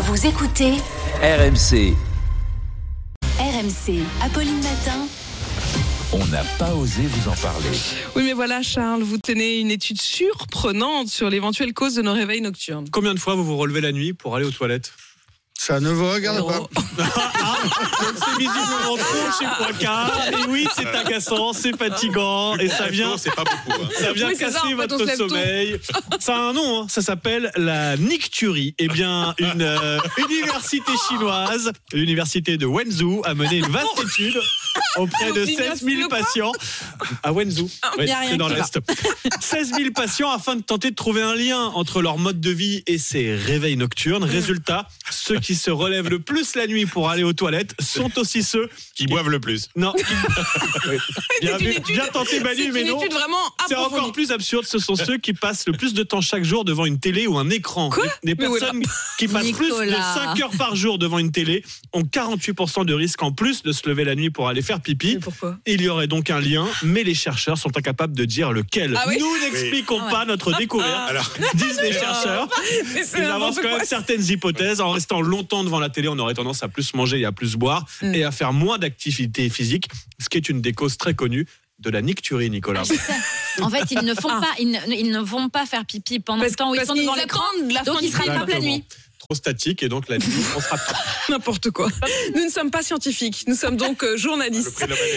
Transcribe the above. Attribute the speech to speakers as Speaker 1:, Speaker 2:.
Speaker 1: Vous écoutez
Speaker 2: RMC,
Speaker 1: RMC, Apolline Matin.
Speaker 2: on n'a pas osé vous en parler.
Speaker 3: Oui, mais voilà, Charles, vous tenez une étude surprenante sur l'éventuelle cause de nos réveils nocturnes.
Speaker 4: Combien de fois vous vous relevez la nuit pour aller aux toilettes
Speaker 5: Ça ne vous regarde
Speaker 3: Oh.
Speaker 5: pas.
Speaker 4: Donc c'est visiblement trop chez Poicard. Et Ah, oui, c'est agaçant, c'est fatigant et ça vient,
Speaker 6: c'est pas beaucoup. hein.
Speaker 4: ça vient
Speaker 3: Oui, c'est
Speaker 4: casser
Speaker 3: ça, en fait, on se
Speaker 4: votre
Speaker 3: lève tôt.
Speaker 4: sommeil. Ça a un nom, hein, ça s'appelle la nicturie. Eh bien, une euh, université chinoise, l'université de Wenzhou, a mené une vaste étude auprès de
Speaker 3: L'université
Speaker 4: 16 000
Speaker 3: Oh. de quoi
Speaker 4: patients à Wenzhou. Ouais,
Speaker 3: y a Ah, rien
Speaker 4: c'est dans
Speaker 3: qui va.
Speaker 4: l'Est. 16 000 patients afin de tenter de trouver un lien entre leur mode de vie et ces réveils nocturnes.
Speaker 3: Mm.
Speaker 4: Résultat, ceux qui se relèvent le plus la nuit pour aller aux toilettes sont aussi ceux
Speaker 6: Qui boivent le plus.
Speaker 4: non. bien,
Speaker 3: C'est une
Speaker 4: vu-
Speaker 3: étude-
Speaker 4: bien tenté
Speaker 3: C'est
Speaker 4: Manu,
Speaker 3: une
Speaker 4: Bah, mais non.
Speaker 3: étude vraiment
Speaker 4: C'est encore
Speaker 3: approfondie.
Speaker 4: plus absurde, ce sont ceux qui passent le plus de temps chaque jour devant une télé ou un écran.
Speaker 3: Quoi
Speaker 4: des
Speaker 3: Mais bah, voilà.
Speaker 4: personnes qui passent plus de
Speaker 7: Nicolas.
Speaker 4: 5 heures par jour devant une télé ont 48% de risque en plus de se lever la nuit pour aller faire pipi.
Speaker 3: Mais pourquoi
Speaker 4: Il y aurait donc un lien, mais les chercheurs sont incapables de dire lequel.
Speaker 3: Ah oui
Speaker 4: Nous n'expliquons pas notre découverte,
Speaker 6: Alors,
Speaker 4: disent les chercheurs.
Speaker 3: Mais c'est
Speaker 4: Ils avancent
Speaker 3: n'importe
Speaker 4: quand même
Speaker 3: quoi.
Speaker 4: certaines hypothèses. En restant longtemps devant la télé, on aurait tendance à plus manger et à plus boire
Speaker 7: Mm.
Speaker 4: et à faire moins d'activité physique, ce qui est une des causes très connues de la nicturie, Nicolas.
Speaker 3: Ah,
Speaker 7: En fait, ils ne, font pas, ils, ne, ils ne vont pas faire pipi pendant
Speaker 3: Parce,
Speaker 7: le temps où ils
Speaker 3: parce
Speaker 7: sont
Speaker 3: qu'ils
Speaker 7: devant l'écran.
Speaker 3: attendent la
Speaker 7: Donc
Speaker 3: fin
Speaker 7: ils
Speaker 3: du
Speaker 7: se rattrapent la nuit.
Speaker 4: Trop statique et donc la nuit, on se rattrape.
Speaker 3: N'importe quoi. Nous ne sommes pas scientifiques, nous sommes donc euh,
Speaker 6: le
Speaker 3: journalistes.
Speaker 6: prix de la manette.